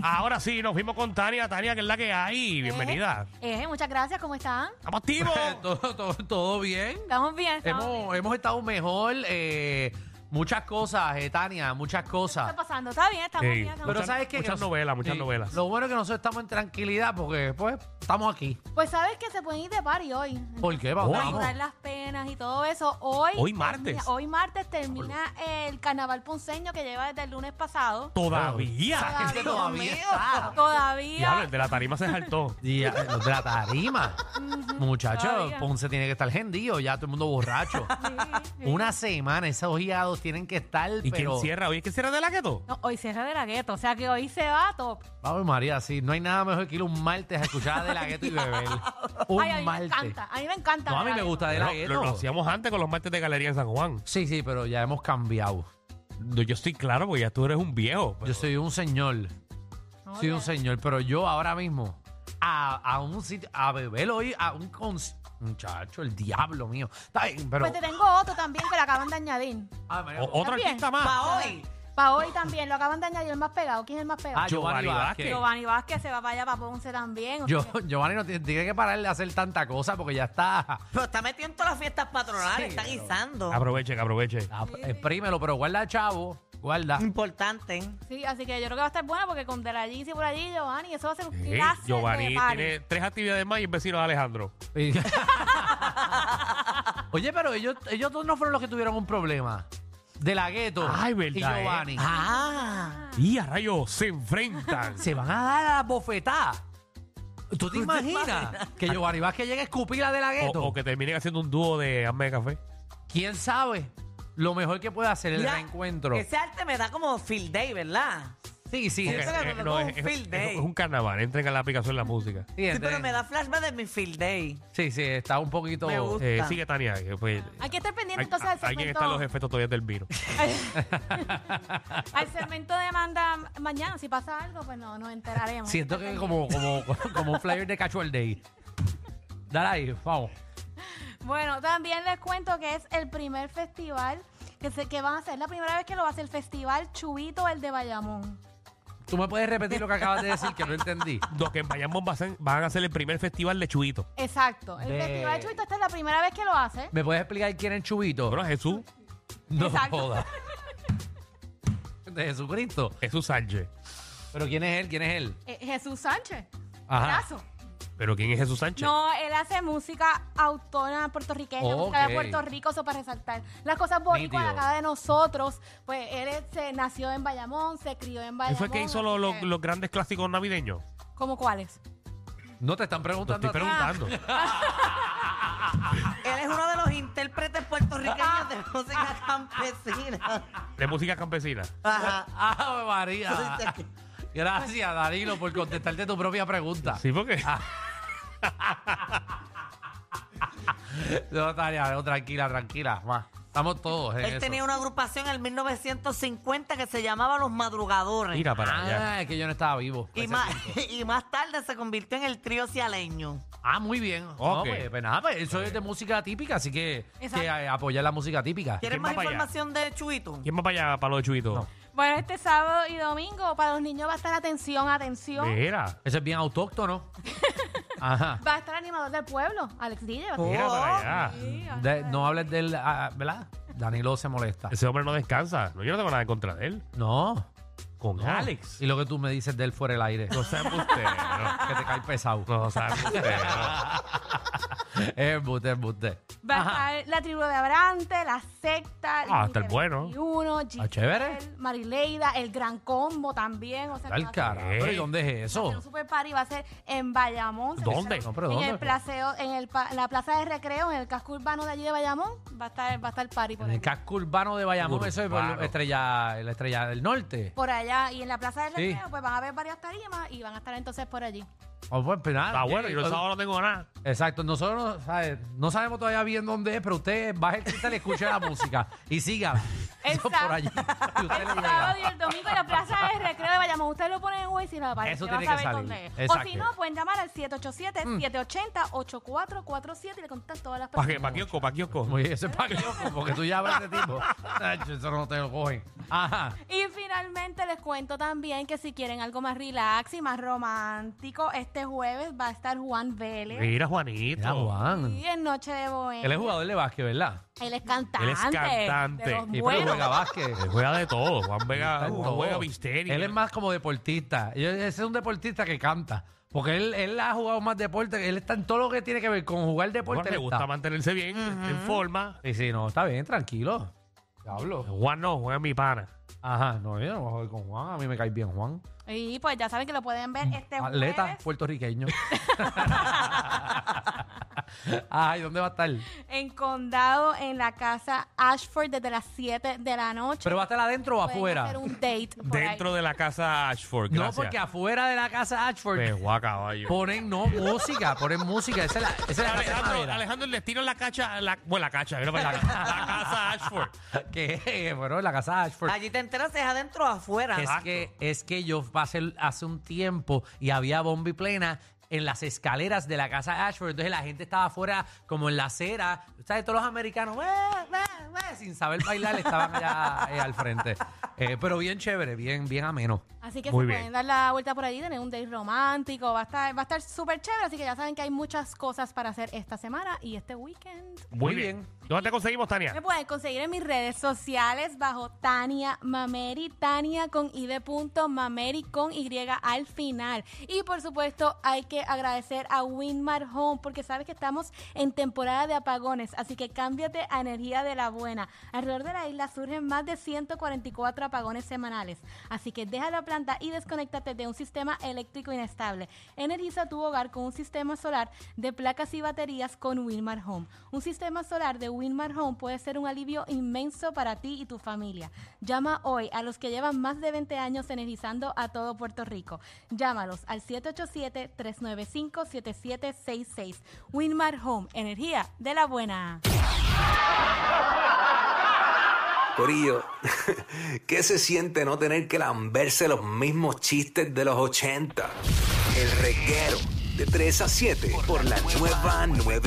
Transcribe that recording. Ahora sí, nos fuimos con Tania. Tania, que es la que hay. Bienvenida. Eh, eh, muchas gracias, ¿cómo están? ¡Estamos activos! todo, todo, todo bien. Estamos bien. Estamos bien. Hemos, hemos estado mejor. eh, muchas cosas, eh, Tania, muchas ¿Qué cosas. está pasando? Está bien, estamos Ey, bien. estamos Ah. Pero Muchas- bien. sabes que muchas que nos- novelas, muchas novelas. Lo bueno es que nosotros estamos en tranquilidad porque pues estamos aquí. Pues sabes que se pueden ir de party hoy. ¿Por qué? Hoy. Para Vamos. evitar las penas y todo eso. Hoy. Hoy martes. termina- hoy martes termina el carnaval punceño que lleva desde el lunes pasado. Todavía. Ese todavía está. Diablo, Todavía. el de la tarima se saltó. Ya, eh, los de la tarima. Muchachos, Todavía. Ponce tiene que estar gendío, ya todo el mundo borracho. Sí, sí. Una semana, esos guiados tienen que estar, ¿Y pero. quién cierra hoy? ¿Es que cierra de la gueto? No, hoy cierra de la gueto, o sea que hoy se va a top. Vamos, María, sí, no hay nada mejor que ir un martes a escuchar a De La Gueto y beber. Un Ay, a mí martes. me encanta, a mí me encanta. No, a De mí La me Gueto. gusta De La Lo, Gueto. lo- lo hacíamos antes con los martes de Galería en San Juan. Sí, sí, pero ya hemos cambiado. No, Yo estoy claro porque ya tú eres un viejo. pero- Yo soy un señor. No, Soy ya. un señor, pero yo ahora mismo a, a un sitio, a beber hoy, a un cons- Muchacho, el diablo mío. Está bien, pero. Pues te tengo otro también que lo acaban de añadir. Ah, María, O- otro También. artista más. pa' hoy. Para hoy también, lo acaban de añadir el más pegado. ¿Quién es el más pegado? Ah, Giovanni Giovanni Vázquez. Giovanni Vázquez se va para allá para Ponce también. o Yo, sea que- Giovanni no tiene, tiene que parar de hacer tanta cosa porque ya está. Pero está metiendo todas las fiestas patronales, Sí, está pero- guisando. Aproveche, que aproveche. Ah, Exprímelo, pero guarda, chavo. Guarda. Importante. Sí, así que yo creo que va a estar buena porque con De la Yeezy por allí, Giovanni, eso va a ser un Sí, clase Giovanni de party. tiene tres actividades más y es vecino de Alejandro. Y- Oye, pero ellos, ellos dos no fueron los que tuvieron un problema. De la gueto Ay, verdad, y eh. Giovanni. Ah. Y a rayos se enfrentan. Se van a dar a la bofetada. ¿Tú te imaginas que Giovanni Vázquez llegue a escupir la de la o, gueto? o que terminen haciendo un dúo de hazme de café. ¿Quién sabe? Lo mejor que puede hacer el Ya, reencuentro. Ese arte me da como field day, ¿verdad? Sí, sí. Porque- es- Eso era como un eh, es, field es- day. es un carnaval. Entren en la aplicación de la música. sí, Sí, pero entiendo. me da flashback de mi field day. sí, sí, está un poquito. Me gusta. Eh, Está. sigue Tania. que, pues, Hay que estar pendiente hay- entonces al hay quien segmento. están los efectos todavía del vino. em- al segmento de manda mañana. Si pasa algo, pues no, nos enteraremos. Siento que como, como, como un flyer de Cachuel Day. Dale ahí, vamos. Bueno, también les cuento que es el primer festival que, se, que van a hacer. Es la primera vez que lo va a hacer el Festival Chubito, el de Bayamón. Tú me puedes repetir lo que acabas de decir, que no entendí. Los que en Bayamón va a ser- van a ser el primer festival de Chuito. Exacto. El De- Festival Chubito, esta es la primera vez que lo hace. ¿Me puedes explicar quién es Chubito? Bueno, Jesús, No Exacto. jodas. De Jesucristo. Jesús Sánchez. Pero quién es él, quién es él. Eh, Jesús Sánchez. Ajá. Brazo. ¿Pero quién es Jesús Sánchez? No, él hace música autónoma puertorriqueña, Oh, música Ok. de Puerto Rico, eso para resaltar las cosas bonitas de Nítido. acá de nosotros. Pues él es- se nació en Bayamón, se crió en ¿Él Bayamón. fue el que hizo así lo- lo- que- los grandes clásicos navideños? ¿Cómo cuáles? No te están Te preguntando. estoy a ti. preguntando. Él es uno de los intérpretes puertorriqueños de música campesina. De música campesina. Ajá. Ave María. Gracias, Danilo, por contestarte tu propia pregunta. Sí, porque. Ah, No, Tania, no, tranquila, tranquila. va. Estamos todos en Él eso. tenía una agrupación en el 1950 que se llamaba Los Madrugadores. Mira para allá. Ah, es que yo no estaba vivo. y, más, y más tarde se convirtió en el trío cialeño. Ah, muy bien. Ok. No, pues, pues nada, pues eso es de música típica, así que, Exacto. que eh, apoyar la música típica. ¿Quieres ¿Quién más va para allá? información de Chuito? ¿Quién va para allá para los de Chuito? No. Bueno, este sábado y domingo para los niños va a estar atención, atención. Mira. Eso es bien autóctono. Ajá. Va a estar animador del pueblo, Alex DJ. va a estar- Mira Oh. para allá. Sí, va a De- estar- no hables del. ah, ¿Verdad? Danilo se molesta. Ese hombre no descansa. No, yo no tengo nada en contra de él. No. Con no. Alex. Y lo que tú me dices de él fuera el aire. No sea embustero. que te cae pesado. No sea embustero. Es bute, es bute. Va a estar la tribu de Abrante, la secta. Ah, está el bueno. Uno, Ah, chévere. Marileida, el gran combo también. O sea, que va Al a ser- carajo. ¿Pero ¿Y dónde es Pero eso? un super party va a ser en Bayamón. Se ¿Dónde? va a No, hacer pero en ¿dónde? el placeo, en el pa- la plaza de recreo, en el casco urbano de allí de Bayamón, va a estar, va a estar el party por En el allí. casco urbano de Bayamón, eso es por Urbano. la estrella, la estrella del norte. Por allá, y en la plaza de Sí. recreo, pues van a ver varias tarimas y van a estar entonces por allí. Oh, pues, pues, nada. Está Ah, bueno, yo el sábado no tengo nada. Exacto, nosotros no, sabe, no sabemos todavía bien dónde es, pero usted baje el cristal y escuche la música y siga Eso Exacto. por allí. Y usted le El llega. sábado y el domingo en la plaza de recreo de Bayamón. Ustedes lo ponen en Freeway si no aparece. Eso vas tiene a que ver salir. dónde es. O Exacto. Mm. si no, pueden llamar al 787-780-8447 y le contestan todas las Para personas. pa kiosco, para kiosco. Oye, ese es pa' kiosco, porque tú ya hablas de tipo. Nacho, eso no te lo cogen. Ajá. Y finalmente les cuento también que si quieren algo más relax y más romántico, este jueves va a estar Juan Vélez. Mira, Juanito. Mira, Juan. Y en Noche de Bohemia. Mm. Él es jugador de básquet, ¿verdad? Él es cantante. Él es cantante. de los Sí, Y pero buenos. juega básquet. Él juega de todo. Juan Vega Está en Juan todo. juega Ah, misterio. Él es más como deportista. Y Ese es un deportista que canta. Porque él, él ha jugado más deporte. Él está en todo lo que tiene que ver con jugar deporte. Juan le él gusta está. mantenerse bien, en forma. Sí, sí, no, está bien, tranquilo. Diablo. Juan no, juega mi pana. Ajá, no, yo no voy a jugar con Juan. A mí me cae bien Juan. Y pues ya saben que lo pueden ver este Atleta jueves puertorriqueño. Ay, ¿dónde va a estar? en Condado, en la casa Ashford, desde las 7 de la noche. ¿Pero va a estar adentro o Pueden afuera? hacer un date. por ahí. Dentro de la casa Ashford. No, Gracias. porque afuera de la casa Ashford Me voy a caballo. ponen no música, ponen música. Esa es la, esa es la casa de Alejandro, madera. Alejandro, el destino es la cacha. La, bueno, la cacha, mira, pues, la, la casa Ashford. Que, bueno, la casa Ashford. Allí te enteras si es adentro o afuera. Es que, es que yo pasé hace un tiempo y había bombi plena en las escaleras de la casa Ashford. Entonces la gente estaba afuera como en la acera. ¿Sabes? Todos los americanos, "Ué, ué, ué", sin saber bailar, estaban allá eh, al frente. Eh, pero bien chévere, bien, bien ameno. Así que Muy se bien. pueden dar la vuelta por ahí, tener un date romántico. Va a estar va a estar súper chévere. Así que ya saben que hay muchas cosas para hacer esta semana y este weekend. Muy Muy bien. bien. ¿Dónde te conseguimos, Me Tania? pueden conseguir en mis redes sociales bajo Tania Mameri, Tania con i de punto, Mameri con Y al final. Y por supuesto hay que agradecer a Winmar Home porque sabes que estamos en temporada de apagones, así que cámbiate a energía de la buena. Alrededor de la isla surgen más de 144 apagones semanales, así que deja la planta y desconéctate de un sistema eléctrico inestable. Energiza tu hogar con un sistema solar de placas y baterías con Winmar Home. Un sistema solar de Winmar Home puede ser un alivio inmenso para ti y tu familia. Llama hoy a los que llevan más de 20 años energizando a todo Puerto Rico. Llámalos al 787-395-7766. Winmar Home, energía de la buena. Corillo, ¿qué se siente no tener que lamberse los mismos chistes de los 80? El reguero de 3 a 7 por la nueva 9.